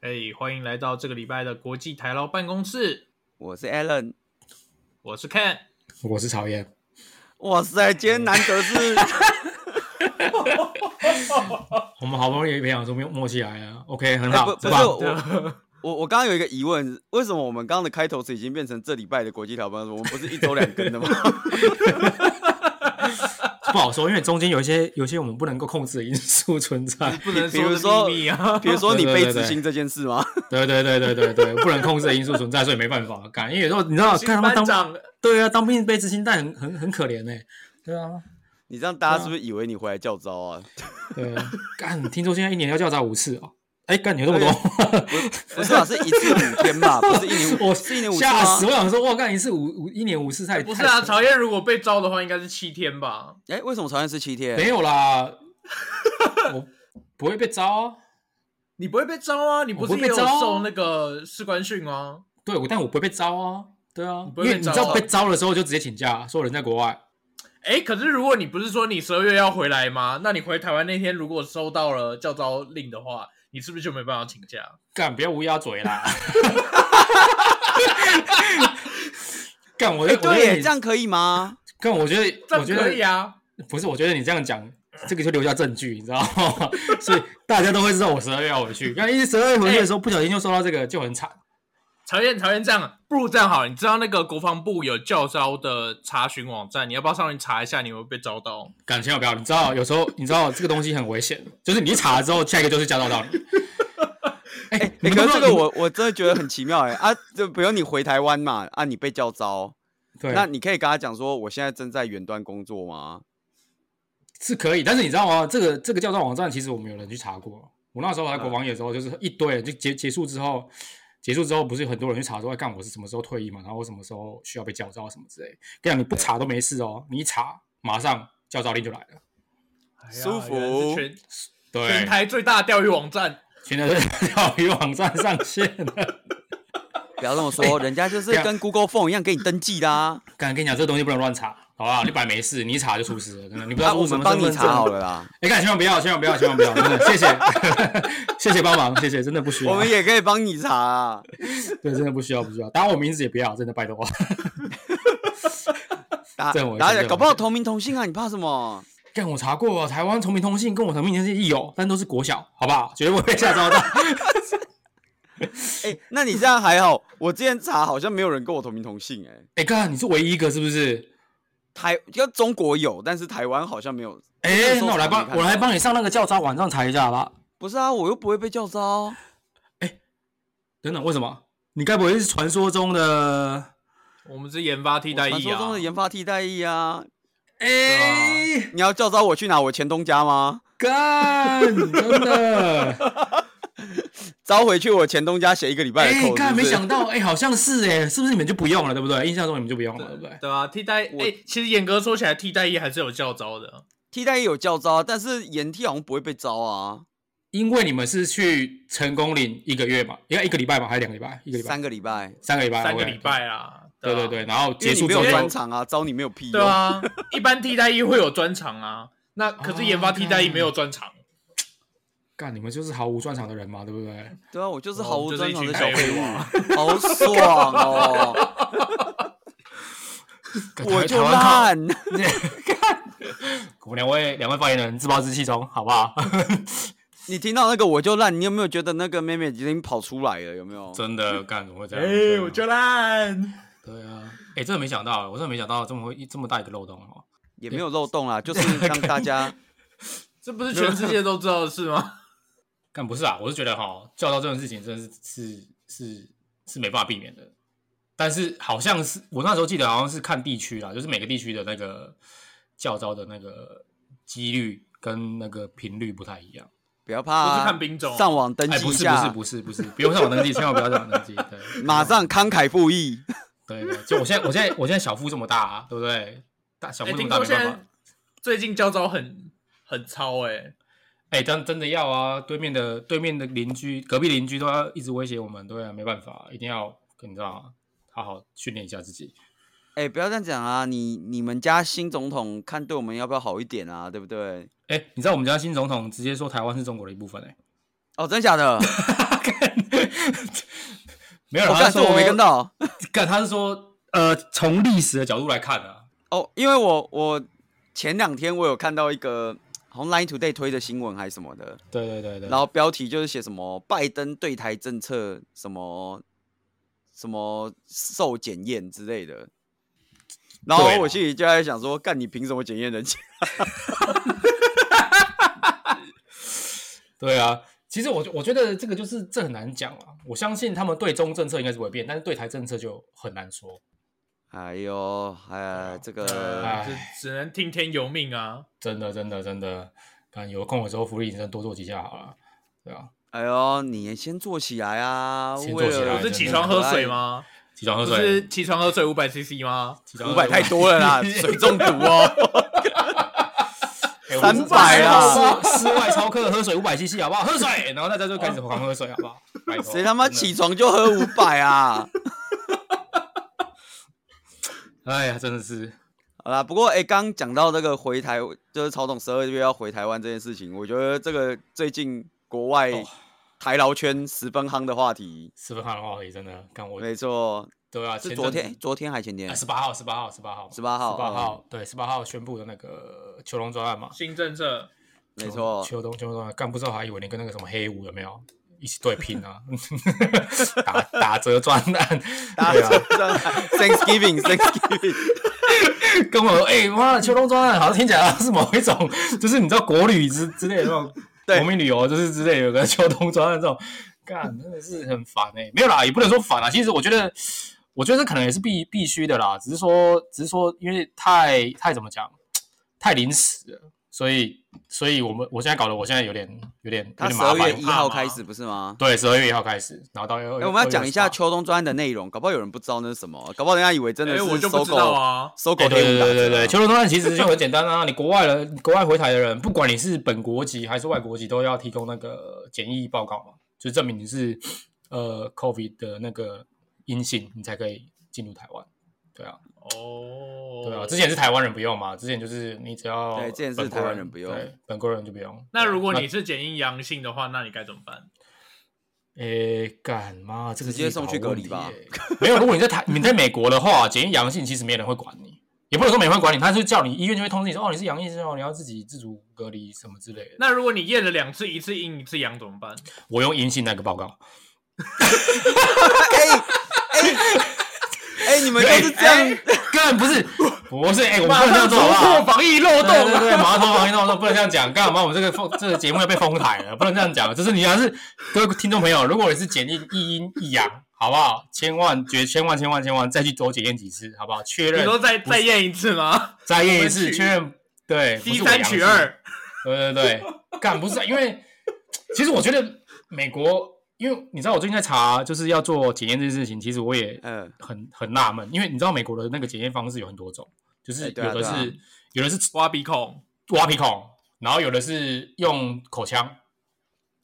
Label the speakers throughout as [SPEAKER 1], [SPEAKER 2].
[SPEAKER 1] 哎、欢迎来到这个礼拜的国际台劳办公室，
[SPEAKER 2] 我是 Alan。
[SPEAKER 1] 我是 Ken。
[SPEAKER 3] 我是讨厌，
[SPEAKER 2] 哇塞，今天难得是，
[SPEAKER 3] 我们好不容易培养出默默契来了，OK，很
[SPEAKER 2] 哎
[SPEAKER 3] 好，
[SPEAKER 2] 不不
[SPEAKER 3] 很
[SPEAKER 2] 是
[SPEAKER 3] 棒
[SPEAKER 2] 我
[SPEAKER 3] 啊
[SPEAKER 2] 我我刚刚有一个疑问，为什么我们刚刚的开头词已经变成这礼拜的国际条班？我们不是一周两更的 吗？
[SPEAKER 3] 不好说，因为中间有一些有一些我们不能够控制的因素存在，
[SPEAKER 1] 不能
[SPEAKER 2] 比
[SPEAKER 1] 说
[SPEAKER 2] 如说
[SPEAKER 1] 的秘密 啊，
[SPEAKER 2] 比如说你
[SPEAKER 3] 对对
[SPEAKER 2] 被
[SPEAKER 3] 对对
[SPEAKER 2] 执行这件事吗？
[SPEAKER 3] 对对对对对对，不能控制的因素存在，所以没办法干。因为有时候你知道，
[SPEAKER 1] 新
[SPEAKER 3] 看他
[SPEAKER 1] 班
[SPEAKER 3] 们当
[SPEAKER 1] 长
[SPEAKER 3] 对啊，当兵被执行带很很很可怜呢、对啊，
[SPEAKER 2] 你这样大家是不是以为你回来叫招啊？
[SPEAKER 3] 对啊，干，听说现在一年要教砸五次哦，哎、干有这么
[SPEAKER 2] 对
[SPEAKER 3] 多，
[SPEAKER 2] 不是啊，是一次五天 吧？不是一年五，
[SPEAKER 3] 我
[SPEAKER 2] 是一年五次
[SPEAKER 3] 吓死！
[SPEAKER 2] 吗？
[SPEAKER 3] 我想说，哇，干一次五五一年五次才
[SPEAKER 1] 不是啊，
[SPEAKER 3] 太
[SPEAKER 1] 曹燕如果被招的话，应该是七天吧？
[SPEAKER 2] 哎，为什么朝鲜是七天？
[SPEAKER 3] 没有啦，我不会被招、啊。
[SPEAKER 1] 你不会被招啊？你不
[SPEAKER 3] 我
[SPEAKER 1] 是
[SPEAKER 3] 不
[SPEAKER 1] 也
[SPEAKER 3] 会
[SPEAKER 1] 有
[SPEAKER 3] 被招啊
[SPEAKER 1] 受那个士官训吗？
[SPEAKER 3] 对，我但我不会被招啊，对啊
[SPEAKER 1] 你，不
[SPEAKER 3] 因
[SPEAKER 1] 会被
[SPEAKER 3] 为你知
[SPEAKER 1] 招
[SPEAKER 3] 道
[SPEAKER 1] 啊
[SPEAKER 3] 被招的时候就直接请假，说人在国外，
[SPEAKER 1] 哎、可是如果你不是说你十二月要回来吗？那你回台湾那天如果收到了叫招令的话，你是不是就没办法请假？
[SPEAKER 3] 干不要乌鸦嘴啦！干我觉
[SPEAKER 2] 哎，
[SPEAKER 3] 得我觉
[SPEAKER 2] 对
[SPEAKER 3] 得
[SPEAKER 2] 耶，
[SPEAKER 3] 你
[SPEAKER 2] 这样可以吗？
[SPEAKER 3] 干我觉
[SPEAKER 1] 这
[SPEAKER 3] 得我
[SPEAKER 1] 样
[SPEAKER 3] 觉
[SPEAKER 1] 可以
[SPEAKER 3] 得
[SPEAKER 1] 啊。
[SPEAKER 3] 不是，我觉得你这样讲，这个就留下证据，你知道吗？ 所以大家都会知道我十二月要回去。干一十二月回去的时候，不小心就收到这个，就很惨。
[SPEAKER 1] 曹燕，曹燕这样，不如这样好了。你知道那个国防部有叫招的查询网站，你要不要上去查一下，你有没有被招到？
[SPEAKER 3] 干千万不要，你知道有时候你知道这个东西很危险，就是你一查了之后，下一个就是加到到你。哎、
[SPEAKER 2] 哎，
[SPEAKER 3] 你
[SPEAKER 2] 可
[SPEAKER 3] 们
[SPEAKER 2] 是这
[SPEAKER 3] 都
[SPEAKER 2] 个我我真的觉得很奇妙哎啊！就比如你回台湾嘛，啊，你被叫招，
[SPEAKER 3] 对
[SPEAKER 2] 那你可以跟他讲说，我现在正在远端工作吗？
[SPEAKER 3] 是可以，但是你知道吗？这个这个教招网站其实我们有人去查过。我那时候在国防野的时候，就是一堆人就结结束之后，结束之后不是有很多人去查说，哎，干我是什么时候退役嘛，然后我什么时候需要被教招什么之类。跟你讲，你不查都没事哦，你一查马上教招令就来了。
[SPEAKER 1] 哎呀
[SPEAKER 2] 舒服
[SPEAKER 1] 原来是全全
[SPEAKER 3] 对，
[SPEAKER 1] 台最大的钓鱼网站。
[SPEAKER 3] 现在在 钓鱼网站上线了。
[SPEAKER 2] 不要这么
[SPEAKER 3] 哎
[SPEAKER 2] 说，人家就是跟 Google Phone 一样给你登记的啊。
[SPEAKER 3] 敢跟你讲，这个东西不能乱查，好不好？你本来没事，你一查就出事了，真的。你不知
[SPEAKER 2] 那
[SPEAKER 3] 道
[SPEAKER 2] 啊我
[SPEAKER 3] 出什
[SPEAKER 2] 们
[SPEAKER 3] 么
[SPEAKER 2] 帮
[SPEAKER 3] 身
[SPEAKER 2] 你
[SPEAKER 3] 份证
[SPEAKER 2] 查好。了啦，
[SPEAKER 3] 哎，干，千万不要，千万不要，千万不要，真的，谢 谢，谢谢帮忙，谢谢，真的不需要。
[SPEAKER 2] 我们也可以帮你查啊。
[SPEAKER 3] 对，真的不需要，不需要。打我名字也不要，真的拜托。
[SPEAKER 2] 打
[SPEAKER 3] 这我
[SPEAKER 2] 打
[SPEAKER 3] 这
[SPEAKER 2] 起来
[SPEAKER 3] 我
[SPEAKER 2] 搞不好同名同姓啊，你怕什么？
[SPEAKER 3] 干，我查过，台湾同名同姓跟我同名同姓有，但都是国小，好不好？绝对不会被吓招到。
[SPEAKER 2] 哎、那你这样还好，我之前查好像没有人跟我同名同姓、哎，
[SPEAKER 3] 哎、干，你是唯一一个是不是？
[SPEAKER 2] 台要中国有，但是台湾好像没有。
[SPEAKER 3] 哎、
[SPEAKER 2] 那时候
[SPEAKER 3] 那我来
[SPEAKER 2] 查没
[SPEAKER 3] 帮，
[SPEAKER 2] 看
[SPEAKER 3] 我来
[SPEAKER 2] 到
[SPEAKER 3] 帮你上那个教招网站查一下好不好？
[SPEAKER 2] 不是啊，我又不会被叫招。
[SPEAKER 3] 等等，为什么？你该不会是传说中的？
[SPEAKER 1] 我们是研发替代
[SPEAKER 2] 传
[SPEAKER 1] 役
[SPEAKER 2] 说
[SPEAKER 1] 啊
[SPEAKER 2] 中，的研发替代役啊，
[SPEAKER 3] 哎、
[SPEAKER 2] 你要叫招我去哪？我前东家吗？
[SPEAKER 3] 啊干， 真的，
[SPEAKER 2] 招回去我前东家写一个礼拜的
[SPEAKER 3] 哎、
[SPEAKER 2] 扣、
[SPEAKER 3] 干，
[SPEAKER 2] 是不
[SPEAKER 3] 没
[SPEAKER 2] 是
[SPEAKER 3] 想到，哎、好像是哎、是不是你们就不用了，对不对？印象中你们就不用了，对不对？
[SPEAKER 1] 对吧、替代哎、
[SPEAKER 2] 我
[SPEAKER 1] 其实严格说起来，替代役还是有教招的。
[SPEAKER 2] 替代役有叫招啊，但是延替好像不会被招啊，
[SPEAKER 3] 因为你们是去成功岭一个月嘛，应该一个礼拜嘛，还是两个礼拜？一个礼拜
[SPEAKER 2] 三，个礼拜，
[SPEAKER 3] 三个礼拜，
[SPEAKER 1] 三个
[SPEAKER 3] OK，
[SPEAKER 1] 礼拜啦。
[SPEAKER 3] 对对
[SPEAKER 1] 啊
[SPEAKER 3] 对，，然后
[SPEAKER 2] 因
[SPEAKER 3] 结
[SPEAKER 2] 为你
[SPEAKER 3] 束
[SPEAKER 2] 没
[SPEAKER 3] 之后
[SPEAKER 2] 有
[SPEAKER 3] 就
[SPEAKER 2] 专长啊，招你没有屁用。
[SPEAKER 1] 对啊，一般替代役会有专长啊，那
[SPEAKER 2] 哦
[SPEAKER 1] 可是研发替代役没有专长，
[SPEAKER 3] 干，你们就是毫无专长的人嘛，对不对？
[SPEAKER 2] 对啊，我就是
[SPEAKER 1] 哦
[SPEAKER 2] 毫无
[SPEAKER 1] 就是
[SPEAKER 2] 专
[SPEAKER 1] 一
[SPEAKER 2] 长
[SPEAKER 1] 群
[SPEAKER 2] 的小
[SPEAKER 1] 废
[SPEAKER 2] 废
[SPEAKER 1] 物啊
[SPEAKER 2] 物， 好爽 哦！
[SPEAKER 3] 干
[SPEAKER 2] 我
[SPEAKER 3] 台
[SPEAKER 2] 就
[SPEAKER 3] 台湾靠
[SPEAKER 2] 烂，
[SPEAKER 3] 我们两位两位发言人自暴自弃中，好不好？
[SPEAKER 2] 你听到那个我就烂，你有没有觉得那个妹妹已经跑出来了？有没有？
[SPEAKER 3] 真的干怎么会这
[SPEAKER 1] 哎、
[SPEAKER 3] 样？对啊
[SPEAKER 1] 我就烂。
[SPEAKER 3] 对啊，哎，真的没想到，我真的没想到这么会这么大一个漏洞哦。
[SPEAKER 2] 也没有漏洞 啦，就是让大家
[SPEAKER 1] 这不是全世界都知道的事吗？
[SPEAKER 3] 干不是啊，我是觉得哈，教导这种事情真的是是是是没办法避免的。但是好像是我那时候记得好像是看地区啦，就是每个地区的那个教招的那个几率跟那个频率不太一样。
[SPEAKER 2] 不要怕
[SPEAKER 1] 不
[SPEAKER 2] 啊，
[SPEAKER 1] 是看兵种
[SPEAKER 2] 上网登
[SPEAKER 3] 哎，
[SPEAKER 2] 记
[SPEAKER 3] 不
[SPEAKER 2] 一
[SPEAKER 3] 是
[SPEAKER 2] 下，
[SPEAKER 3] 不是不是不是，不用上网登记，千万不要上网登记。 对，
[SPEAKER 2] 马上慷慨赴义。
[SPEAKER 3] 对对，就我现在，我现在，我现在小腹这么大、啊，对不对？大小
[SPEAKER 1] 哎、
[SPEAKER 3] 腹这么
[SPEAKER 1] 听
[SPEAKER 3] 大
[SPEAKER 1] 说
[SPEAKER 3] 没
[SPEAKER 1] 现
[SPEAKER 3] 办法
[SPEAKER 1] 在。最近教招很很超哎、
[SPEAKER 3] 哎、真真的要啊！对面的对面的邻居，隔壁邻居都要一直威胁我们，对啊，没办法，一定要你知道吗，好好训练一下自己。
[SPEAKER 2] 哎、不要这样讲啊！你你们家新总统看对我们要不要好一点啊？对不对？
[SPEAKER 3] 哎、你知道我们家新总统直接说台湾是中国的一部分哎、
[SPEAKER 2] 哦，真假的？
[SPEAKER 3] 没有啦，
[SPEAKER 2] 我
[SPEAKER 3] 他
[SPEAKER 2] 看
[SPEAKER 3] 说
[SPEAKER 2] 这我没跟，到
[SPEAKER 3] 干他是说呃，从历史的角度来看啊，
[SPEAKER 2] 哦，因为我我前两天我有看到一个好像 Line Today 推的新闻还是什么的，
[SPEAKER 3] 对对对对，
[SPEAKER 2] 然后标题就是写什么拜登对台政策什么什么受检验之类的，然后
[SPEAKER 3] 对啊啦
[SPEAKER 2] 我心里就在想说，干你凭什么检验人家？
[SPEAKER 3] 对啊，其实我觉我觉得这个就是这很难讲了。我相信他们对中政策应该是不会变，但是对台政策就很难说，
[SPEAKER 2] 哎呦，哎，这个
[SPEAKER 3] 啊
[SPEAKER 1] 呃，只只能听天由命啊。
[SPEAKER 3] 真的真的真的。看有空的时候，福利真的多做几下好了，对啊，
[SPEAKER 2] 哎呦，你先坐起来啊！
[SPEAKER 3] 先
[SPEAKER 2] 为
[SPEAKER 3] 坐起来
[SPEAKER 2] 了
[SPEAKER 1] 我
[SPEAKER 3] 哎
[SPEAKER 1] 是
[SPEAKER 3] 真
[SPEAKER 1] 起
[SPEAKER 3] 的
[SPEAKER 1] 床喝水？吗？
[SPEAKER 3] 起床喝
[SPEAKER 1] 不
[SPEAKER 3] 水，
[SPEAKER 1] 是起床喝水五百 CC 吗？
[SPEAKER 2] 五百太多了 啦，水中毒哦。300啊
[SPEAKER 3] 哎啊！室室外超客喝水五百 CC 好不好？喝水，然后大家就开始狂喝水好不好？拜托
[SPEAKER 2] 谁他妈？
[SPEAKER 3] 真
[SPEAKER 2] 起
[SPEAKER 3] 的
[SPEAKER 2] 床就喝五百啊？
[SPEAKER 3] 哎呀，真的是
[SPEAKER 2] 好啦，不过哎，刚讲到这个回台，就是曹董十二月要回台湾这件事情，我觉得这个最近国外
[SPEAKER 3] 哦
[SPEAKER 2] 台劳圈十分夯的话题。
[SPEAKER 3] 十分好的话题，真的干我
[SPEAKER 2] 没错，
[SPEAKER 3] 对啊，
[SPEAKER 2] 是
[SPEAKER 3] 前
[SPEAKER 2] 昨
[SPEAKER 3] 阵子
[SPEAKER 2] 天，诶昨天还前天
[SPEAKER 3] 啊，，十八号，十八号，十八号，
[SPEAKER 2] 18号嗯
[SPEAKER 3] 十八号，对，十八号宣布的那个囚笼专案嘛，
[SPEAKER 1] 新政策，
[SPEAKER 2] 没错，
[SPEAKER 3] 秋冬秋冬啊，干不知道还以为你跟那个什么黑五有没有一起对拼啊？ 打打折专案，
[SPEAKER 2] 大
[SPEAKER 3] 对
[SPEAKER 2] 家
[SPEAKER 3] 啊，
[SPEAKER 2] 知道 Thanksgiving，Thanksgiving，
[SPEAKER 3] 跟我哎妈的秋冬专案好像听起来是某一种， 就是你知道国旅之之类的那种
[SPEAKER 2] 对
[SPEAKER 3] 国民旅游，就是之类有个秋冬专案这种，干真的是很烦哎、没有啦，也不能说烦啦，其实我觉得。我觉得这可能也是必必须的啦，只是说，只是说，因为太太怎么讲，太临时了，所以，所以我们我现在搞得我现在有点有点有
[SPEAKER 2] 他
[SPEAKER 3] 点
[SPEAKER 2] 十
[SPEAKER 3] 麻
[SPEAKER 2] 二
[SPEAKER 3] 烦
[SPEAKER 2] 月。一号开始不是吗？
[SPEAKER 3] 对，十二月一号开始，然后到二月、
[SPEAKER 2] 哎、我们要讲一下
[SPEAKER 3] 2月18
[SPEAKER 2] 秋冬专案的内容，搞不好有人不知道那是什么，搞不好人家以为真的
[SPEAKER 1] 哎，
[SPEAKER 2] 是
[SPEAKER 1] 我就
[SPEAKER 2] 搜
[SPEAKER 1] 不知
[SPEAKER 2] 狗、
[SPEAKER 1] 道啊。
[SPEAKER 2] 搜狗
[SPEAKER 3] 哎
[SPEAKER 2] 黑
[SPEAKER 3] 对对
[SPEAKER 2] 五打折啊
[SPEAKER 3] 对对对，秋冬专案其实就很简单啊，你国外人、国外回台的 人，不管你是本国籍还是外国籍，都要提供那个检疫报告嘛，就证明你是呃 COVID 的那个阴性，你才可以进入台湾。对啊，
[SPEAKER 1] 哦，
[SPEAKER 3] 对啊，之前是台湾人不用嘛，之前就是你只要
[SPEAKER 2] 对之前是
[SPEAKER 3] 本国
[SPEAKER 2] 台湾人不用
[SPEAKER 3] 对本国人就不用。
[SPEAKER 1] 那如果你是检疫阳性的话，那你该怎么办？
[SPEAKER 3] 诶，干妈，这个
[SPEAKER 2] 直接
[SPEAKER 3] 是一个
[SPEAKER 2] 送去
[SPEAKER 3] 好
[SPEAKER 2] 隔
[SPEAKER 3] 问
[SPEAKER 2] 离
[SPEAKER 3] 题
[SPEAKER 2] 吧
[SPEAKER 3] 耶。没有，如果你在台，你在美国的话，检疫阳性其实没人会管你，也不能说没人会管你，他就叫你医院就会通知你说，哦，你是阳性之后你要自己自主隔离什么之类的。
[SPEAKER 1] 那如果你验了两次，一次阴一次阳怎么办？
[SPEAKER 3] 我用阴性那个报告，
[SPEAKER 2] 哎哎哎，你们都是这样，
[SPEAKER 3] 干不是，不是，哎，我们
[SPEAKER 1] 马
[SPEAKER 3] 不能
[SPEAKER 1] 上
[SPEAKER 3] 这样
[SPEAKER 1] 突
[SPEAKER 3] 做好不好
[SPEAKER 1] 破？防疫漏
[SPEAKER 3] 对
[SPEAKER 1] 洞
[SPEAKER 3] 对
[SPEAKER 1] 啊！
[SPEAKER 3] 对，马上通防疫弄说不能这样讲，干嘛？我们这个封这个节目要被封台了，不能这样讲。就是你要是各位听众朋友，如果你是检疫一阴一阳，好不好？千万绝千万千万千万再去多检验几次，好不好？确
[SPEAKER 1] 你
[SPEAKER 3] 认
[SPEAKER 1] 说再再验一次吗
[SPEAKER 3] 再验一
[SPEAKER 1] 我
[SPEAKER 3] 次，
[SPEAKER 1] 们取
[SPEAKER 3] 确认对
[SPEAKER 1] ？C 三取，二，
[SPEAKER 3] 不是我阳性对 对对，干不是因为其实我觉得美国，因为你知道我最近在查，就是要做检验这件事情，其实我也
[SPEAKER 1] 呃
[SPEAKER 2] 嗯，
[SPEAKER 3] 很很纳闷，因为你知道美国的那个检验方式有很多种，就是
[SPEAKER 2] 哎
[SPEAKER 3] 有
[SPEAKER 2] 对啊
[SPEAKER 3] 的是、
[SPEAKER 2] 对
[SPEAKER 3] 有的是
[SPEAKER 1] 挖鼻孔，
[SPEAKER 3] 挖鼻孔，然后有的是用口腔，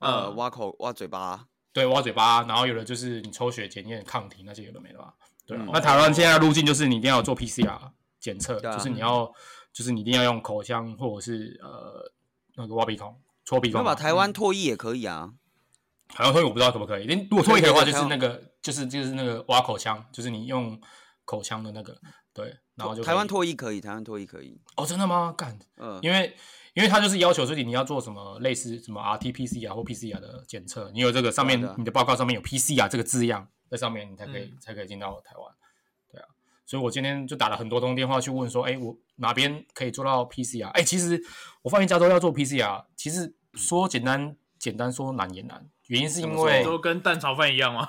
[SPEAKER 2] 呃，
[SPEAKER 1] 嗯，
[SPEAKER 2] 挖口挖嘴巴，
[SPEAKER 3] 对，挖嘴巴，啊然后有的就是你抽血检验抗体那些有的没的吧？对啊、
[SPEAKER 2] 嗯
[SPEAKER 3] 那台湾现在的路径就是你一定要做 PCR 检测，
[SPEAKER 2] 对啊
[SPEAKER 3] 就是你要，就是你一定要用口腔或者是呃那个挖鼻孔、戳鼻
[SPEAKER 2] 你要
[SPEAKER 3] 孔
[SPEAKER 2] 把
[SPEAKER 3] 嘛。嗯
[SPEAKER 2] 台湾脱衣也可以啊。
[SPEAKER 3] 好像会我不知道可不可以，但如果脱离可以的话，
[SPEAKER 2] 对
[SPEAKER 3] 就
[SPEAKER 2] 对
[SPEAKER 3] 是那个就是就是那个挖口腔，就是你用口腔的那个对，然后就可以
[SPEAKER 2] 台湾脱衣可以，台湾脱衣可以。
[SPEAKER 3] 哦，真的吗？干，
[SPEAKER 2] 嗯，
[SPEAKER 3] 因为因为他就是要求，就是你要做什么类似什么 RT-PCR 或 PCR 的检测，你有这个上面
[SPEAKER 2] 对啊对啊
[SPEAKER 3] 你的报告上面有 PCR 这个字样在上面，你才可以、
[SPEAKER 1] 嗯
[SPEAKER 3] 才可以进到台湾。对啊，所以我今天就打了很多通电话去问说，哎，我哪边可以做到 PCR？哎，其实我发现加州要做 PCR，其实说简单简单说难也难，原因是因为
[SPEAKER 1] 都跟蛋炒饭一样吗？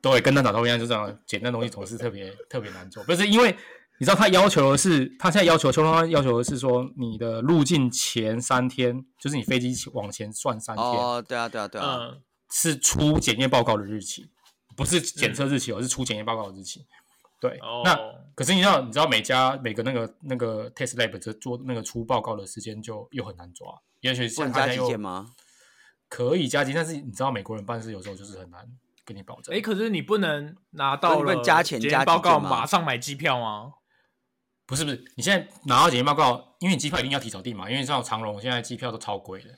[SPEAKER 3] 对，跟蛋炒饭一样，就这样简单东西总是特别特别难做。不是因为你知道他要求的是，他现在要求邱东方要求的是说，你的入境前三天，就是你飞机起往前算三天，
[SPEAKER 2] 哦，对啊，对啊，对啊，
[SPEAKER 1] 嗯，
[SPEAKER 3] 是出检验报告的日期，不是检测日
[SPEAKER 2] 嗯
[SPEAKER 3] 期哦，是出检验报告的日期。对，那
[SPEAKER 1] 哦，
[SPEAKER 3] 可是你知道，你知道每家每个那个那个 test lab 这做那个出报告的时间就又很难抓，也许
[SPEAKER 2] 不
[SPEAKER 3] 像
[SPEAKER 2] 能
[SPEAKER 3] 他
[SPEAKER 2] 加
[SPEAKER 3] 现在
[SPEAKER 2] 几
[SPEAKER 3] 又
[SPEAKER 2] 件吗？
[SPEAKER 3] 可以加急，但是你知道美国人办事有时候就是很难跟你保证。
[SPEAKER 1] 哎，可是你不能拿到
[SPEAKER 2] 不是不
[SPEAKER 1] 了
[SPEAKER 2] 能加钱
[SPEAKER 1] 检
[SPEAKER 2] 加
[SPEAKER 1] 验报
[SPEAKER 2] 几件
[SPEAKER 1] 告，
[SPEAKER 2] 吗
[SPEAKER 1] 马上买机票吗？
[SPEAKER 3] 不是不是，你现在拿到检验报告，因为你机票一定要提早订嘛，因为像长荣现在机票都超贵的，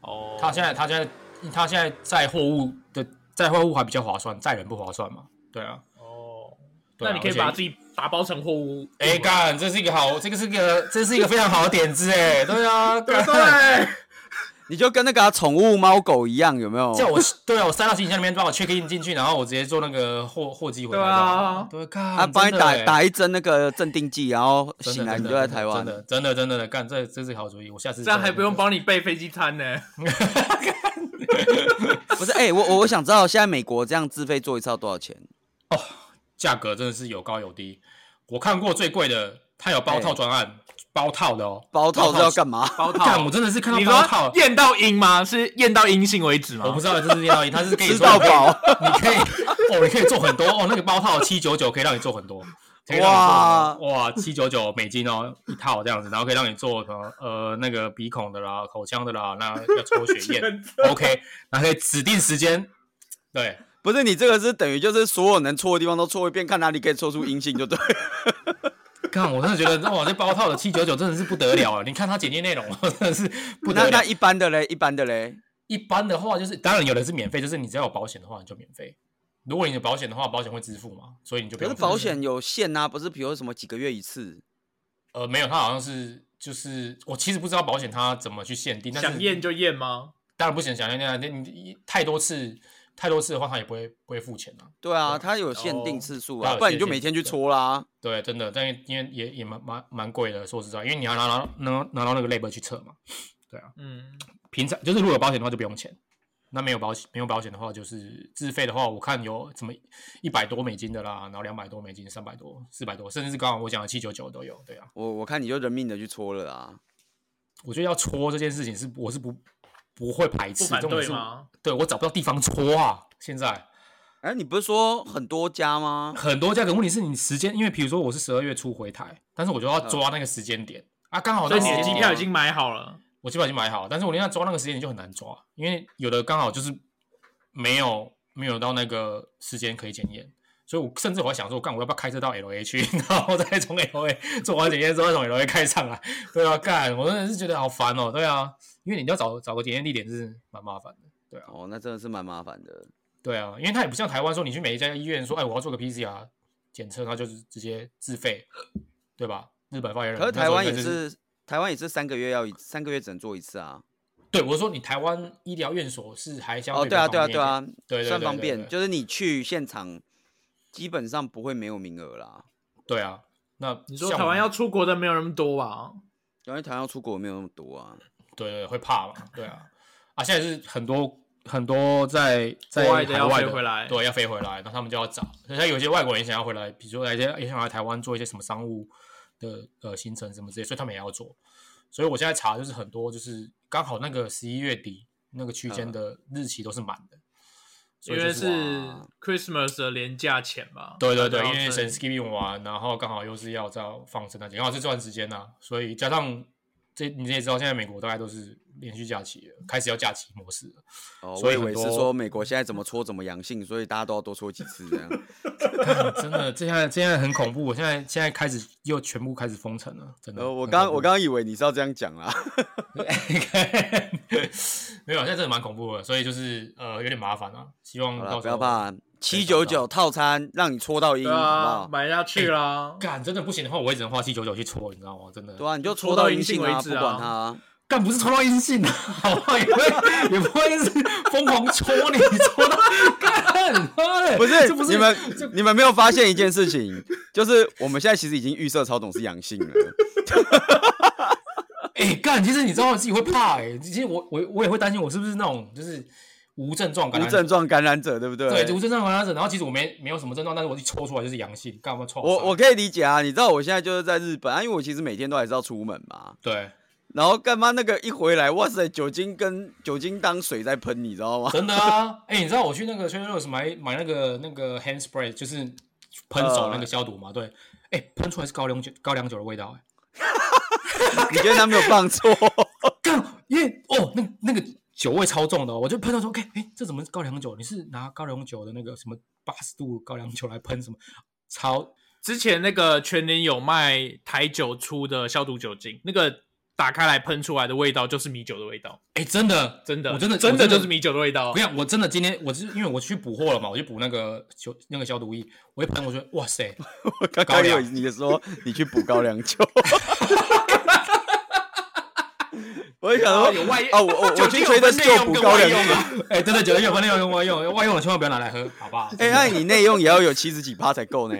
[SPEAKER 1] 哦，
[SPEAKER 3] 他现在他现在他现在载货物的载货物还比较划算，载人不划算嘛，对啊，
[SPEAKER 1] 哦，
[SPEAKER 3] 对啊
[SPEAKER 1] 那你可以
[SPEAKER 3] 而且
[SPEAKER 1] 把自己打包成货物。
[SPEAKER 3] 哎干，这是一个好，这个是一个这是一个非常好的点子哎，对 啊，
[SPEAKER 1] 对 不
[SPEAKER 3] 干
[SPEAKER 1] 对？
[SPEAKER 2] 你就跟那个啊宠、物猫狗一样，有没有？
[SPEAKER 3] 叫我对啊，我塞到行李箱里面，帮我 check in 进去，然后我直接做那个货货机回
[SPEAKER 1] 对
[SPEAKER 3] 来就
[SPEAKER 1] 啊
[SPEAKER 3] 好。对，看
[SPEAKER 2] 啊，帮你打打
[SPEAKER 3] 一
[SPEAKER 2] 一针那个镇定剂，然后醒来你就在台湾
[SPEAKER 3] 哎欸真。的真的真的真的干，这这是好主意，我下次
[SPEAKER 1] 这样还不用
[SPEAKER 3] 帮。
[SPEAKER 1] 帮你备飞机餐呢。
[SPEAKER 2] 不是，哎、我我我想知道现在美国这样自费做一次要多少钱？
[SPEAKER 3] 价格真的是有高有低。我看过最贵的，它有包套专案，包套的哦，
[SPEAKER 2] 包套是要干嘛？
[SPEAKER 1] 包
[SPEAKER 3] 干，
[SPEAKER 1] 套
[SPEAKER 3] 我，真的是看
[SPEAKER 1] 你
[SPEAKER 3] 到包
[SPEAKER 1] 说
[SPEAKER 3] 套，
[SPEAKER 1] 验到阴吗？是验到阴性为止
[SPEAKER 3] 我
[SPEAKER 1] 吗
[SPEAKER 3] 不？知道这是练到底，它是跟你
[SPEAKER 2] 吃
[SPEAKER 3] 说
[SPEAKER 2] 到饱，
[SPEAKER 3] 你可以哦，你可以做很多哦，那个包套七九九可以让你做很多。可以让你
[SPEAKER 2] 哇
[SPEAKER 3] 做很多哇，七九九美金哦，一套这样子，然后可以让你做什么呃那个鼻孔的啦、口腔的啦，那要抽血 验，OK，然后可以指定时间，对，
[SPEAKER 2] 不是你这个是等于就是所有能搓的地方都搓一遍，看哪里可以搓出阴性就对。
[SPEAKER 3] 看，我真的觉得哇，这包套的七九九真的是不得了啊！你看它简介内容，真的是不
[SPEAKER 2] 那
[SPEAKER 3] 得
[SPEAKER 2] 那
[SPEAKER 3] 了。
[SPEAKER 2] 一般的嘞，一般的嘞，
[SPEAKER 3] 一般的话就是，当然有的是免费，就是你只要有保险的话你就免费。如果你有保险的话，保险会支付嘛，所以你就不
[SPEAKER 2] 可
[SPEAKER 3] 用
[SPEAKER 2] 是
[SPEAKER 3] 付钱。
[SPEAKER 2] 保险有限呐、啊，不是比如什么几个月一次？
[SPEAKER 3] 呃没有，它好像是就是我其实不知道保险它怎么去限定， 但是
[SPEAKER 1] 想验就验吗？
[SPEAKER 3] 当然不行，想验那你你太多次太多次的话，它也不会不会付钱啊。
[SPEAKER 2] 对啊，
[SPEAKER 3] 对
[SPEAKER 2] 它有限定次数
[SPEAKER 3] 它
[SPEAKER 2] 啊，
[SPEAKER 3] 有
[SPEAKER 2] 不然你就
[SPEAKER 3] 限定
[SPEAKER 2] 每天去
[SPEAKER 3] 次数
[SPEAKER 2] 搓啦。
[SPEAKER 3] 对，真的，但因为也也蛮蛮蛮贵的，说实在，因为你要拿拿拿拿到那个 label 去测嘛。
[SPEAKER 1] 嗯，
[SPEAKER 3] 平常就是如果有保险的话就不用钱，那没有保险没有保险的话就是自费的话，我看有什么一百多美金的啦，然后两百多美金、三百多、四百多，甚至是刚刚我讲的七九九都有。对啊，
[SPEAKER 2] 我我看你就人命的去搓了啦。
[SPEAKER 3] 我觉得要搓这件事情是我是不不会排
[SPEAKER 1] 不
[SPEAKER 3] 斥，
[SPEAKER 1] 反
[SPEAKER 3] 这种
[SPEAKER 1] 对
[SPEAKER 3] 是
[SPEAKER 1] 吗？
[SPEAKER 3] 对我找不到地方搓啊，现在
[SPEAKER 2] 哎、你不是说很多家吗？
[SPEAKER 3] 很多价格问题是你时间，因为比如说我是十二月初回台，但是我就要抓那个时间点、啊，刚好
[SPEAKER 1] 嗯所
[SPEAKER 3] 那
[SPEAKER 1] 以你
[SPEAKER 3] 时
[SPEAKER 1] 的
[SPEAKER 3] 间
[SPEAKER 1] 机
[SPEAKER 3] 点
[SPEAKER 1] 票已经买好了。
[SPEAKER 3] 我基本已经买好了，但是我连要抓那个时间点就很难抓，因为有的刚好就是没有没有到那个时间可以检验，所以我甚至我还想说，干我要不要开车到 L A 去， 然后再从 L A 做完检验之后再从 L A 开上来，对啊，干我真的是觉得好烦哦，对啊，因为你要找找个检验地点是蛮麻烦的，对啊，
[SPEAKER 2] 哦，那真的是蛮麻烦的。
[SPEAKER 3] 对啊，因为它也不像台湾说你去每一家医院说，哎，我要做个 P C R 检测，它就是直接自费，对吧？日本发言人，
[SPEAKER 2] 可是
[SPEAKER 3] 那时
[SPEAKER 2] 台
[SPEAKER 3] 候
[SPEAKER 2] 湾
[SPEAKER 3] 应
[SPEAKER 2] 也
[SPEAKER 3] 该
[SPEAKER 2] 是，台湾也是三个月要一，三个月只能做一次啊。
[SPEAKER 3] 对我说，你台湾医疗院所是还相
[SPEAKER 2] 哦，
[SPEAKER 3] 对
[SPEAKER 2] 对啊，
[SPEAKER 3] 比
[SPEAKER 2] 对
[SPEAKER 3] 较
[SPEAKER 2] 啊，
[SPEAKER 3] 方便一
[SPEAKER 2] 对啊
[SPEAKER 3] 点，对对
[SPEAKER 2] 算
[SPEAKER 3] 对
[SPEAKER 2] 方
[SPEAKER 3] 对
[SPEAKER 2] 便，
[SPEAKER 3] 对
[SPEAKER 2] 就是你去现场，基本上不会没有名额啦。
[SPEAKER 3] 对啊，那
[SPEAKER 1] 你说
[SPEAKER 3] 像
[SPEAKER 1] 台湾
[SPEAKER 3] 我
[SPEAKER 1] 要出国的没有那么多吧？
[SPEAKER 2] 因为台湾要出国没有那么多啊。
[SPEAKER 3] 对对会怕嘛？对啊，啊，现在是很多很多在在
[SPEAKER 1] 国外的
[SPEAKER 3] 海
[SPEAKER 1] 要
[SPEAKER 3] 外
[SPEAKER 1] 飞回来
[SPEAKER 3] 对，要飞回来，那他们就要找。所以像有些外国人也想要回来，比如说来些也想来台湾做一些什么商务的呃行程什么之类，所以他们也要做。所以我现在查就是很多就是刚好那个十一月底那个区间
[SPEAKER 2] 嗯
[SPEAKER 3] 的日期都是满的，
[SPEAKER 1] 因
[SPEAKER 3] 所以就
[SPEAKER 1] 为
[SPEAKER 3] 是
[SPEAKER 1] 是
[SPEAKER 2] 哇
[SPEAKER 1] Christmas 的廉价钱啊吧？
[SPEAKER 3] 对对对
[SPEAKER 1] 大，家
[SPEAKER 3] 因
[SPEAKER 1] 要
[SPEAKER 3] 为
[SPEAKER 1] 趁
[SPEAKER 3] Thanksgiving 完，然后刚好又是要在放圣诞节，刚好是这段时间呐、所以加上这你也知道，现在美国大概都是连续假期了，开始要假期模式了。
[SPEAKER 2] 哦，
[SPEAKER 3] 所
[SPEAKER 2] 我
[SPEAKER 3] 以
[SPEAKER 2] 以
[SPEAKER 3] 很
[SPEAKER 2] 为是
[SPEAKER 3] 多
[SPEAKER 2] 说美国现在怎么搓怎么阳性，所以大家都要多搓几次这 样。
[SPEAKER 3] 干真的，这现在现在很恐怖，我现在现在开始又全部开始封城了，真的。
[SPEAKER 2] 然呃后我
[SPEAKER 3] 很
[SPEAKER 2] 刚
[SPEAKER 3] 恐
[SPEAKER 2] 我
[SPEAKER 3] 怖
[SPEAKER 2] 刚刚以为你是要这样讲啦。
[SPEAKER 3] 没有，现在真的蛮恐怖的，所以就是呃有点麻烦啊，希望
[SPEAKER 2] 好
[SPEAKER 3] 到
[SPEAKER 2] 啦，
[SPEAKER 3] 时候
[SPEAKER 2] 不要怕，七九
[SPEAKER 3] 找到
[SPEAKER 2] 九套餐让你搓到阴，
[SPEAKER 1] 对
[SPEAKER 2] 好不
[SPEAKER 1] 啊，
[SPEAKER 2] 好？
[SPEAKER 1] 买下去啦。
[SPEAKER 3] 干真的不行的话，我也只能花七九九去搓，你知道吗？真的。
[SPEAKER 2] 对啊，你就
[SPEAKER 1] 搓
[SPEAKER 2] 搓
[SPEAKER 1] 到
[SPEAKER 2] 到
[SPEAKER 1] 阴
[SPEAKER 2] 阴
[SPEAKER 1] 性
[SPEAKER 2] 性
[SPEAKER 1] 为
[SPEAKER 2] 啊，不
[SPEAKER 1] 止
[SPEAKER 2] 管
[SPEAKER 1] 啊
[SPEAKER 2] 它啊。
[SPEAKER 3] 干不是抽到阴性的， 好不好？也不会也不会是疯狂戳你，戳到干妈的，
[SPEAKER 2] 不
[SPEAKER 3] 这不
[SPEAKER 2] 是
[SPEAKER 3] 是
[SPEAKER 2] 你们， 你们没有发现一件事 情，就是我们现在其实已经预设曹董是阳性了。
[SPEAKER 3] 哎、干，其实你知道我自己会怕哎、其实我我我也会担心我是不是那种就是无症状感
[SPEAKER 2] 无
[SPEAKER 3] 染，
[SPEAKER 2] 症状 感染者，对不对？
[SPEAKER 3] 对无症状感染者，然后其实我没没有什么症状，但是我一抽出来就是阳性，干嘛抽？
[SPEAKER 2] 我我可以理解啊，你知道我现在就是在日本啊，因为我其实每天都还是要出门嘛。
[SPEAKER 3] 对，
[SPEAKER 2] 然后干妈那个一回来，哇塞，酒精跟酒精当水在喷，你知道吗？
[SPEAKER 3] 真的啊， 哎、你知道我去那个 t r a d e r 买买那个那个 hand spray，就是喷
[SPEAKER 2] 呃
[SPEAKER 3] 手那个消毒嘛，对，哎、喷出来是高粱酒高粱酒的味道、哎。
[SPEAKER 2] 你觉得他没有放错？
[SPEAKER 3] 干，因为哦，那那个酒味超重的、哦，我就喷到说，哎、哎，这怎么是高粱酒？你是拿高粱酒的那个什么八十度高粱酒来喷什么？超
[SPEAKER 1] 之前那个全年有卖台酒出的消毒酒精，那个打开来喷出来的味道就是米酒的味道，
[SPEAKER 3] 哎、真的，
[SPEAKER 1] 真的，
[SPEAKER 3] 我真的
[SPEAKER 1] 真的
[SPEAKER 3] 我
[SPEAKER 1] 就是米酒的味道
[SPEAKER 3] 我跟。你讲，我真的今天我是因为我去补货了嘛，我去补那个消那个消毒液，我一喷，我觉得哇塞，
[SPEAKER 2] 我 刚
[SPEAKER 3] 高
[SPEAKER 2] 刚有
[SPEAKER 3] 粱
[SPEAKER 2] 你说你去补高粱酒， 我也想
[SPEAKER 1] 啊
[SPEAKER 2] 说
[SPEAKER 1] 有外
[SPEAKER 2] 啊，我我我
[SPEAKER 1] 酒精有
[SPEAKER 2] 去吹的
[SPEAKER 1] 分内
[SPEAKER 2] 酒
[SPEAKER 1] 用
[SPEAKER 2] 补
[SPEAKER 1] 跟
[SPEAKER 2] 高
[SPEAKER 1] 外
[SPEAKER 2] 粱
[SPEAKER 1] 用
[SPEAKER 2] 酒。
[SPEAKER 1] 啊。
[SPEAKER 3] 哎、真的酒精有分内用跟外用，外用的千万不要拿来喝，好不好？
[SPEAKER 2] 哎，那你内用也要有七十几趴才够呢。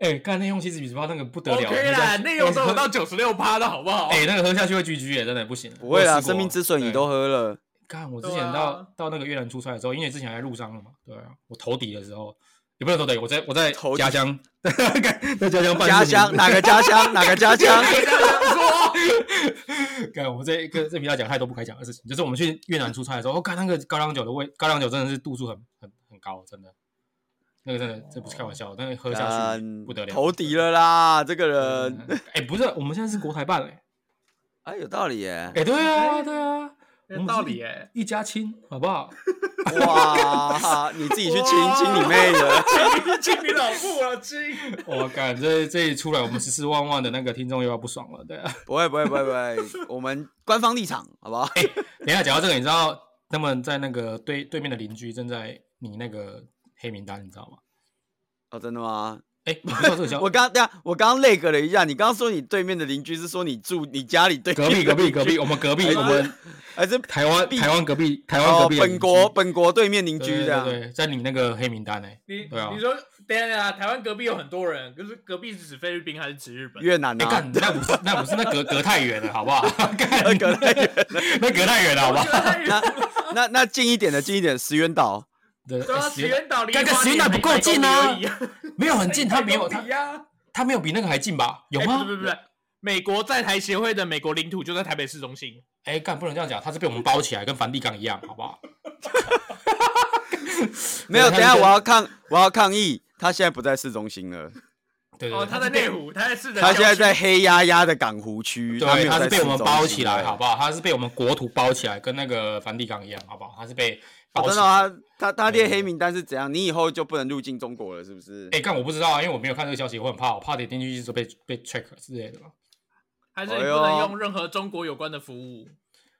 [SPEAKER 3] 哎，干内用七十比十八那个不得了
[SPEAKER 1] OK 啦，内容都有到九十六趴的好不好？
[SPEAKER 3] 哎、那个喝下去会 GG 耶，真的不行。
[SPEAKER 2] 不会啦，
[SPEAKER 3] 我有试过
[SPEAKER 2] 生命之水你都喝了，
[SPEAKER 3] 干，我之
[SPEAKER 1] 对
[SPEAKER 3] 前
[SPEAKER 1] 啊
[SPEAKER 3] 到、到那个越南出差的时候，因为之前还在路上了嘛，对啊，我投敌的时候，也不能投敌，我在我在
[SPEAKER 2] 投敌
[SPEAKER 3] 家乡， 在家乡办
[SPEAKER 2] 家
[SPEAKER 3] 事情
[SPEAKER 2] 乡哪个家乡哪个 家乡？
[SPEAKER 3] 干，我这个这不要讲太多不该讲的事情，就是我们去越南出差的时候，我、哦、干那个高粱酒的味，高粱酒真的是度数很很很高，真的，那个真的这不是开玩笑，那个喝下去
[SPEAKER 2] 嗯
[SPEAKER 3] 不得了，
[SPEAKER 2] 投敌了啦，这个
[SPEAKER 3] 呃
[SPEAKER 1] 嗯
[SPEAKER 2] 人，，
[SPEAKER 3] 哎、不是，我们现在是国台办、哎，
[SPEAKER 2] 哎，有道理耶
[SPEAKER 3] 哎、，对啊，对啊，
[SPEAKER 1] 有道理 哎，
[SPEAKER 3] 一家亲，好不好？
[SPEAKER 2] 哇，你自己去亲
[SPEAKER 1] 哇
[SPEAKER 2] 亲你 妹的，
[SPEAKER 1] 亲你老啊父了，亲。
[SPEAKER 3] 我哦干，这这一出来，我们十四万万的那个听众又要不爽了，对啊。
[SPEAKER 2] 不会不会不会不会，我们官方立场好不好？
[SPEAKER 3] 等一下讲到这个，你知道他们在那个对对面的邻居正在你那个黑名单，你知道吗？
[SPEAKER 2] 哦，真的吗？
[SPEAKER 3] 哎、你不知道这个消
[SPEAKER 2] 我刚对啊，我刚刚那个了一下，你刚刚说你对面的邻居是说你住你家里对
[SPEAKER 3] 隔壁隔壁隔壁，我们 隔壁我们
[SPEAKER 2] 哎还是
[SPEAKER 3] 台湾
[SPEAKER 2] 壁
[SPEAKER 3] 台湾隔壁台湾
[SPEAKER 2] 哦
[SPEAKER 3] 隔壁的
[SPEAKER 2] 本
[SPEAKER 3] 邻居
[SPEAKER 2] 国本国对面邻居
[SPEAKER 3] 对
[SPEAKER 2] 这样？
[SPEAKER 3] 对对对，在你那个黑名单呢、哎
[SPEAKER 1] 你
[SPEAKER 3] 对啊
[SPEAKER 1] 你说等一下，台湾隔壁有很多人，可是隔壁是指菲律宾还是指日本？
[SPEAKER 2] 越南啊，
[SPEAKER 3] 哎干，那不是那不是那隔隔太远了，好不好？ 干
[SPEAKER 2] 那个太远了
[SPEAKER 3] 那隔太远了，好不好？
[SPEAKER 2] 那那那近一点的，近一点的，石原岛
[SPEAKER 3] 对，
[SPEAKER 1] 对啊，
[SPEAKER 3] 哎
[SPEAKER 1] 石原岛离
[SPEAKER 3] 干干
[SPEAKER 1] 花
[SPEAKER 3] 石原
[SPEAKER 1] 莲
[SPEAKER 3] 岛不
[SPEAKER 1] 没
[SPEAKER 3] 够
[SPEAKER 1] 百
[SPEAKER 3] 近
[SPEAKER 1] 公里
[SPEAKER 3] 啊
[SPEAKER 1] 而已啊，
[SPEAKER 3] 没有很近，他没有
[SPEAKER 1] 百
[SPEAKER 3] 他
[SPEAKER 1] 公里啊
[SPEAKER 3] 他没有比那个还近吧？有
[SPEAKER 1] 哎
[SPEAKER 3] 吗
[SPEAKER 1] 不？是不是不是，美国在台协会的美国领土就在台北市中心。
[SPEAKER 3] 哎、干不能这样讲，他是被我们包起来，跟梵蒂冈一样，好不好？
[SPEAKER 2] 没有。
[SPEAKER 3] 对
[SPEAKER 2] 等
[SPEAKER 3] 他
[SPEAKER 2] 一下
[SPEAKER 3] 们
[SPEAKER 2] 我要抗，我要抗议。他现在不在市中心了，
[SPEAKER 3] 对对
[SPEAKER 1] 哦，
[SPEAKER 3] 对，
[SPEAKER 1] 他在内湖，他在市的。
[SPEAKER 2] 他现在在黑压压的港湖区，他没
[SPEAKER 3] 对，
[SPEAKER 2] 有
[SPEAKER 3] 他
[SPEAKER 2] 在
[SPEAKER 3] 是被
[SPEAKER 2] 市
[SPEAKER 3] 我们
[SPEAKER 2] 中
[SPEAKER 3] 包
[SPEAKER 2] 心
[SPEAKER 3] 起来，
[SPEAKER 2] 了
[SPEAKER 3] 好不好？他是被我们国土包起来，跟那个梵蒂冈一样，好不好？他是被
[SPEAKER 2] 哦
[SPEAKER 3] 包
[SPEAKER 2] 真
[SPEAKER 3] 起
[SPEAKER 2] 的
[SPEAKER 3] 来。
[SPEAKER 2] 吗？他他他列
[SPEAKER 3] 对对
[SPEAKER 2] 黑名单是怎样？你以后就不能入境中国了，是不是？
[SPEAKER 3] 哎、干我不知道啊，因为我没有看这个消息，我很怕，我怕点进去就是被被 check 之类的嘛。
[SPEAKER 1] 还是你不
[SPEAKER 3] 哎
[SPEAKER 1] 能用任何中国有关的服务。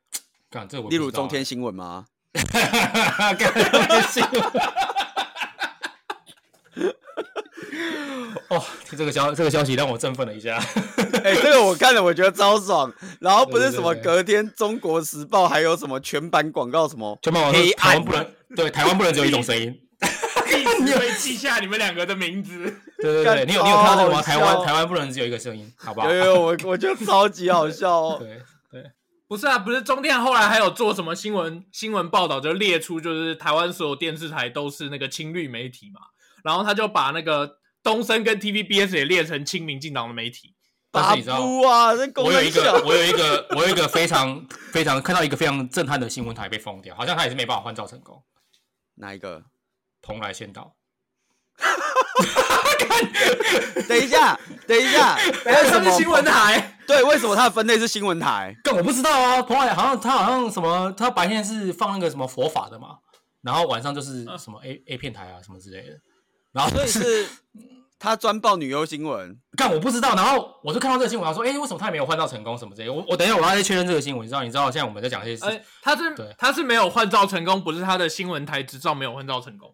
[SPEAKER 3] 干这我
[SPEAKER 2] 例如中 天，新闻吗？
[SPEAKER 3] 啊干中天新闻。 哦，听这个消这个消息让我振奋了一下。
[SPEAKER 2] 哎、这个我看了，我觉得超爽。然后不是什么
[SPEAKER 3] 对对对
[SPEAKER 2] 隔天《中国时报》还有什么全版广告什么
[SPEAKER 3] 全版网说
[SPEAKER 2] 黑
[SPEAKER 3] 台
[SPEAKER 2] 暗
[SPEAKER 3] 湾不能对台湾不能只有一种声音。
[SPEAKER 1] 一直会记下你们两个的名字。
[SPEAKER 3] 对对对，
[SPEAKER 2] 干
[SPEAKER 3] 你有你有看到这个吗？
[SPEAKER 2] 超好
[SPEAKER 3] 台湾
[SPEAKER 2] 笑哦
[SPEAKER 3] 台湾不能只有一个声音，好不好
[SPEAKER 2] 有？有有，我我觉得超级好笑哦。
[SPEAKER 3] 对对，
[SPEAKER 1] 不是啊，不是中天后来还有做什么新闻新闻报道，就列出就是台湾所有电视台都是那个亲绿媒体嘛，然后他就把那个东森跟 TVBS 也列成亲民进党的媒 体。
[SPEAKER 3] 但
[SPEAKER 2] 打
[SPEAKER 3] 是你知道。
[SPEAKER 2] 不啊， 这公
[SPEAKER 3] 我有
[SPEAKER 2] 然
[SPEAKER 3] 一个，
[SPEAKER 2] 笑。
[SPEAKER 3] 我有一个，我有一个非常非常看到一个非常震撼的新闻台被封掉，好像他也是没办法换照成功，
[SPEAKER 2] 哪一个？
[SPEAKER 3] 蓬莱仙岛。
[SPEAKER 2] 等一下，等一 下，为什
[SPEAKER 1] 哎他是
[SPEAKER 2] 么哦
[SPEAKER 1] 新闻台？
[SPEAKER 2] 对，为什么它的分类是新闻台？
[SPEAKER 3] 但我不知道啊，蓬莱好像他好像什么，他白天是放那个什么佛法的嘛，然后晚上就是什么 A A 片台啊什么之类的，然后
[SPEAKER 2] 啊所以是 他专报女优新闻，
[SPEAKER 3] 干我不知道，然后我就看到这个新闻，我说哎、诶为什么他也没有换照成功什么之类的，我我等一下我要再确认这个新闻，你知道你知道现在我们在讲这些事情，
[SPEAKER 1] 哎、他是
[SPEAKER 3] 对
[SPEAKER 1] 他是没有换照成功，不是他的新闻台执照没有换照成功。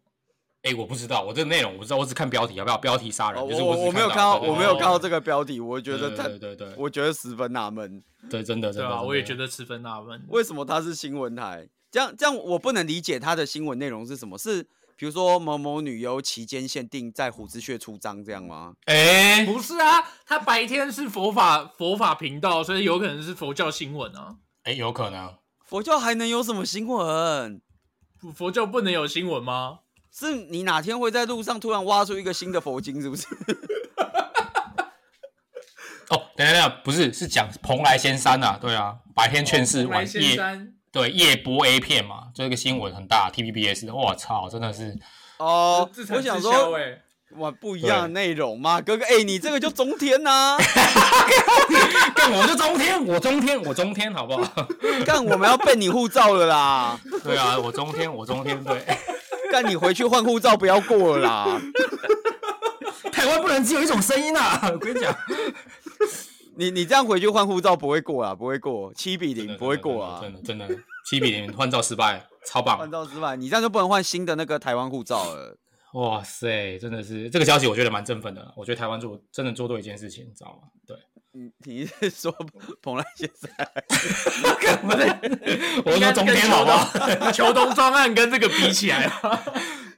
[SPEAKER 3] 哎、我不知道，我这个内容我不知道，我只看标题，好不好？标题杀人，
[SPEAKER 2] 哦
[SPEAKER 3] 就是
[SPEAKER 2] 我
[SPEAKER 3] 只
[SPEAKER 2] 我没有看
[SPEAKER 3] 看
[SPEAKER 2] 到，
[SPEAKER 3] 对对
[SPEAKER 2] 我没有
[SPEAKER 3] 对
[SPEAKER 2] 看到这个标题，我觉得
[SPEAKER 3] 对
[SPEAKER 2] 他，
[SPEAKER 3] 对对对对，
[SPEAKER 2] 我觉得十分纳闷，
[SPEAKER 3] 对真的真
[SPEAKER 1] 对啊，
[SPEAKER 3] 的，真的
[SPEAKER 1] 我也觉。得十分纳闷。
[SPEAKER 2] 为什么它是新闻台？这样这样，我不能理解它的新闻内容是什么？是比如说某某女优期间限定在虎之穴出章这样吗？
[SPEAKER 3] 哎、
[SPEAKER 1] 不是啊，他白天是佛法佛法频道，所以有可能是佛教新闻啊。
[SPEAKER 3] 哎、有可能，
[SPEAKER 2] 佛教还能有什么新闻？
[SPEAKER 1] 佛佛教不能有新闻吗？
[SPEAKER 2] 是你哪天会在路上突然挖出一个新的佛经，是不 是？
[SPEAKER 3] 哦，等一下，等一下，不是，是讲蓬莱仙山啊，对啊，白天劝世，
[SPEAKER 1] 哦蓬莱
[SPEAKER 3] 晚
[SPEAKER 1] 仙
[SPEAKER 3] 夜
[SPEAKER 1] 山
[SPEAKER 3] 对夜播 A 片嘛，这个新闻很大，TVBS，我操，真的是，
[SPEAKER 2] 哦
[SPEAKER 1] 自，产
[SPEAKER 2] 我想
[SPEAKER 1] 自销
[SPEAKER 2] 说，
[SPEAKER 1] 欸
[SPEAKER 2] 哇，不一样的内容嘛，哥哥，哎、你这个就中天呐、
[SPEAKER 3] 干我就中天，我中天，我中天，好不好？
[SPEAKER 2] 干我们要被你护照了啦！
[SPEAKER 3] 对啊，我中天，我中天，对，
[SPEAKER 2] 干你回去换护照不要过了啦！
[SPEAKER 3] 台湾不能只有一种声音啊，我跟你讲，
[SPEAKER 2] 你你这样回去换护照不会过啊，不会过，七比
[SPEAKER 3] 真的
[SPEAKER 2] 零不会过啊，
[SPEAKER 3] 真的真的真的七比零换照失败，超
[SPEAKER 2] 换
[SPEAKER 3] 棒！
[SPEAKER 2] 照失败，你这样就不能换新的那个台湾护照了。
[SPEAKER 3] 哇塞，真的是这个消息，我觉得蛮振奋的。我觉得台湾做真的做对一件事情，你知道吗？对，
[SPEAKER 2] 你你是 说蓬莱先生？
[SPEAKER 3] 我是说中间好不好？
[SPEAKER 1] 好？球 东专案跟这个比起 来，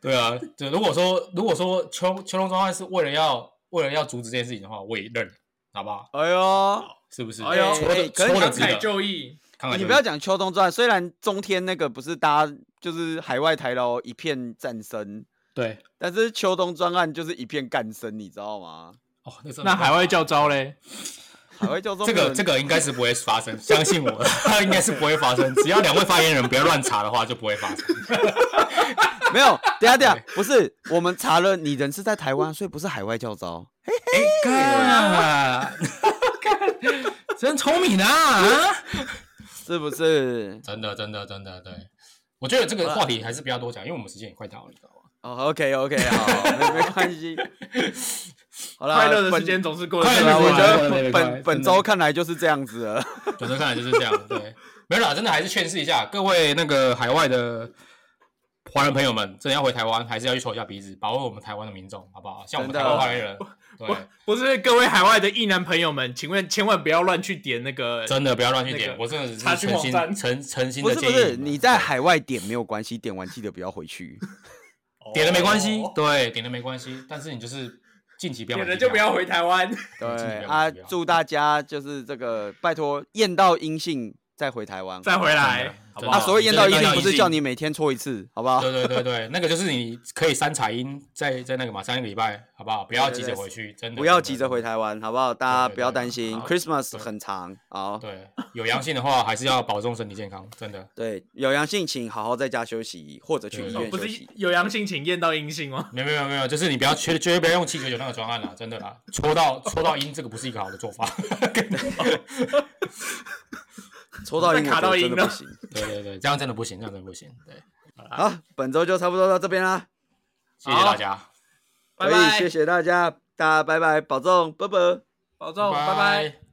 [SPEAKER 3] 对啊，对，如果说如果说秋秋龙庄案是为了要为了要阻止这件事情的话，我也认，好不好？
[SPEAKER 2] 哎呦，
[SPEAKER 3] 是不是？
[SPEAKER 1] 哎呦
[SPEAKER 3] 戳的
[SPEAKER 2] 可是
[SPEAKER 3] 戳的
[SPEAKER 1] 慷
[SPEAKER 3] 值
[SPEAKER 1] 慨
[SPEAKER 3] 得，
[SPEAKER 1] 就义，
[SPEAKER 3] 看看
[SPEAKER 2] 你不要讲秋冬之战，虽然中天那个不是大家就是海外台劳一片战声，
[SPEAKER 3] 对
[SPEAKER 2] 但是秋冬专案就是一片干声，你知道吗？
[SPEAKER 3] 哦，那真的
[SPEAKER 1] 那海外叫招嘞？
[SPEAKER 2] 海外 叫做
[SPEAKER 3] 这个这个应该是不会发生，相信我， 应该是不会发生。只要两位发言人不要乱查的话，就不会发生。
[SPEAKER 2] 没有，等一下 等一下，不是我们查了，你人是在台湾，所以不是海外教招。
[SPEAKER 3] 哎，
[SPEAKER 2] 啊
[SPEAKER 3] 干， 真聪明 啊！
[SPEAKER 2] 是不是？
[SPEAKER 3] 真的，真的，真的，对，我觉得这个话题还是不要多讲，因为我们时间也快到了，你知道吗？
[SPEAKER 2] 哦，OK OK，好，没没关系。 好啦，
[SPEAKER 1] 快乐的
[SPEAKER 2] 本
[SPEAKER 1] 时间总是过得
[SPEAKER 3] 快
[SPEAKER 2] 对
[SPEAKER 1] 很
[SPEAKER 2] 啦
[SPEAKER 3] 乐的
[SPEAKER 2] 我
[SPEAKER 1] 快
[SPEAKER 3] 时
[SPEAKER 2] 觉
[SPEAKER 3] 间
[SPEAKER 1] 的。
[SPEAKER 3] 对
[SPEAKER 2] 得
[SPEAKER 3] 对对对
[SPEAKER 2] 本
[SPEAKER 3] 真
[SPEAKER 2] 本
[SPEAKER 3] 的
[SPEAKER 2] 周看来就是这样子了。
[SPEAKER 3] 总之看来就是这样，对，没有啦，真的还是劝示一下各位那个海外的华人朋友们，真的要回台湾，还是要去抽一下鼻子，保护我们台湾的民众，好不好？像我们
[SPEAKER 2] 真
[SPEAKER 3] 台
[SPEAKER 1] 啊
[SPEAKER 2] 的
[SPEAKER 3] 湾华人，对，
[SPEAKER 1] 不是各位海外的异男朋友们，请问千万不要乱去点那个，
[SPEAKER 3] 真的不要乱去
[SPEAKER 1] 那
[SPEAKER 3] 点，
[SPEAKER 1] 个
[SPEAKER 3] 我真的是
[SPEAKER 1] 查询
[SPEAKER 3] 诚心
[SPEAKER 1] 网站
[SPEAKER 3] 诚诚心
[SPEAKER 2] 不
[SPEAKER 3] 的
[SPEAKER 2] 是
[SPEAKER 3] 建
[SPEAKER 2] 不
[SPEAKER 3] 议
[SPEAKER 2] 是，
[SPEAKER 3] 们
[SPEAKER 2] 你在海外点没有关系，点完记得不要回 去。
[SPEAKER 3] 对点了没关系，对，点了没关系，但是你就是近期不要买
[SPEAKER 1] 哦点
[SPEAKER 3] 机
[SPEAKER 1] 了就
[SPEAKER 3] 票
[SPEAKER 1] 不要回台湾。
[SPEAKER 3] 对尽
[SPEAKER 2] 对
[SPEAKER 3] 量
[SPEAKER 2] 啊，
[SPEAKER 3] 尽量
[SPEAKER 2] 祝大家就是这个，拜托验到阴性再回台湾。
[SPEAKER 1] 再回
[SPEAKER 3] 真的
[SPEAKER 1] 来，好不
[SPEAKER 3] 真
[SPEAKER 2] 啊，
[SPEAKER 1] 好？
[SPEAKER 3] 的
[SPEAKER 2] 所谓验到阴
[SPEAKER 3] 验到
[SPEAKER 2] 性不
[SPEAKER 3] 阴性
[SPEAKER 2] 是叫你每天搓一次，好不好？
[SPEAKER 3] 对对对对，那个就是你可以三彩音在在那个嘛，上一个礼拜好不好？不要急着回去，真的
[SPEAKER 2] 不要急着回。
[SPEAKER 3] 真的
[SPEAKER 2] 台湾，好不好？大家
[SPEAKER 3] 对对
[SPEAKER 2] 不要
[SPEAKER 3] 对
[SPEAKER 2] 担心
[SPEAKER 3] 好
[SPEAKER 2] ，Christmas
[SPEAKER 3] 对
[SPEAKER 2] 很长。好，
[SPEAKER 3] 对，有阳性的话还是要保重身体健康，真的。
[SPEAKER 2] 对，有阳性请好好在家休息，或者去
[SPEAKER 3] 对
[SPEAKER 2] 医
[SPEAKER 1] 哦
[SPEAKER 2] 院
[SPEAKER 1] 不
[SPEAKER 2] 休
[SPEAKER 1] 是
[SPEAKER 2] 息。
[SPEAKER 1] 有阳性请验到阴性吗？
[SPEAKER 3] 没有没有没有，就是你不要绝绝对不要用七九九那个专案啦，真的啦，戳到戳到音这个不是一个好的做法。
[SPEAKER 2] 抽到
[SPEAKER 1] 再
[SPEAKER 2] 阴我
[SPEAKER 1] 卡
[SPEAKER 2] 觉
[SPEAKER 1] 到
[SPEAKER 2] 得真
[SPEAKER 1] 阴
[SPEAKER 2] 的不
[SPEAKER 1] 了
[SPEAKER 2] 行。
[SPEAKER 3] 对对对，这样真的不行，这样真的不行。对，
[SPEAKER 2] 好，本周就差不多到这边啦，
[SPEAKER 3] 谢谢大家，
[SPEAKER 1] 拜
[SPEAKER 2] 所以
[SPEAKER 1] 拜，
[SPEAKER 2] 谢谢大家，大家拜拜，保重，拜拜。
[SPEAKER 1] 保重，拜拜。。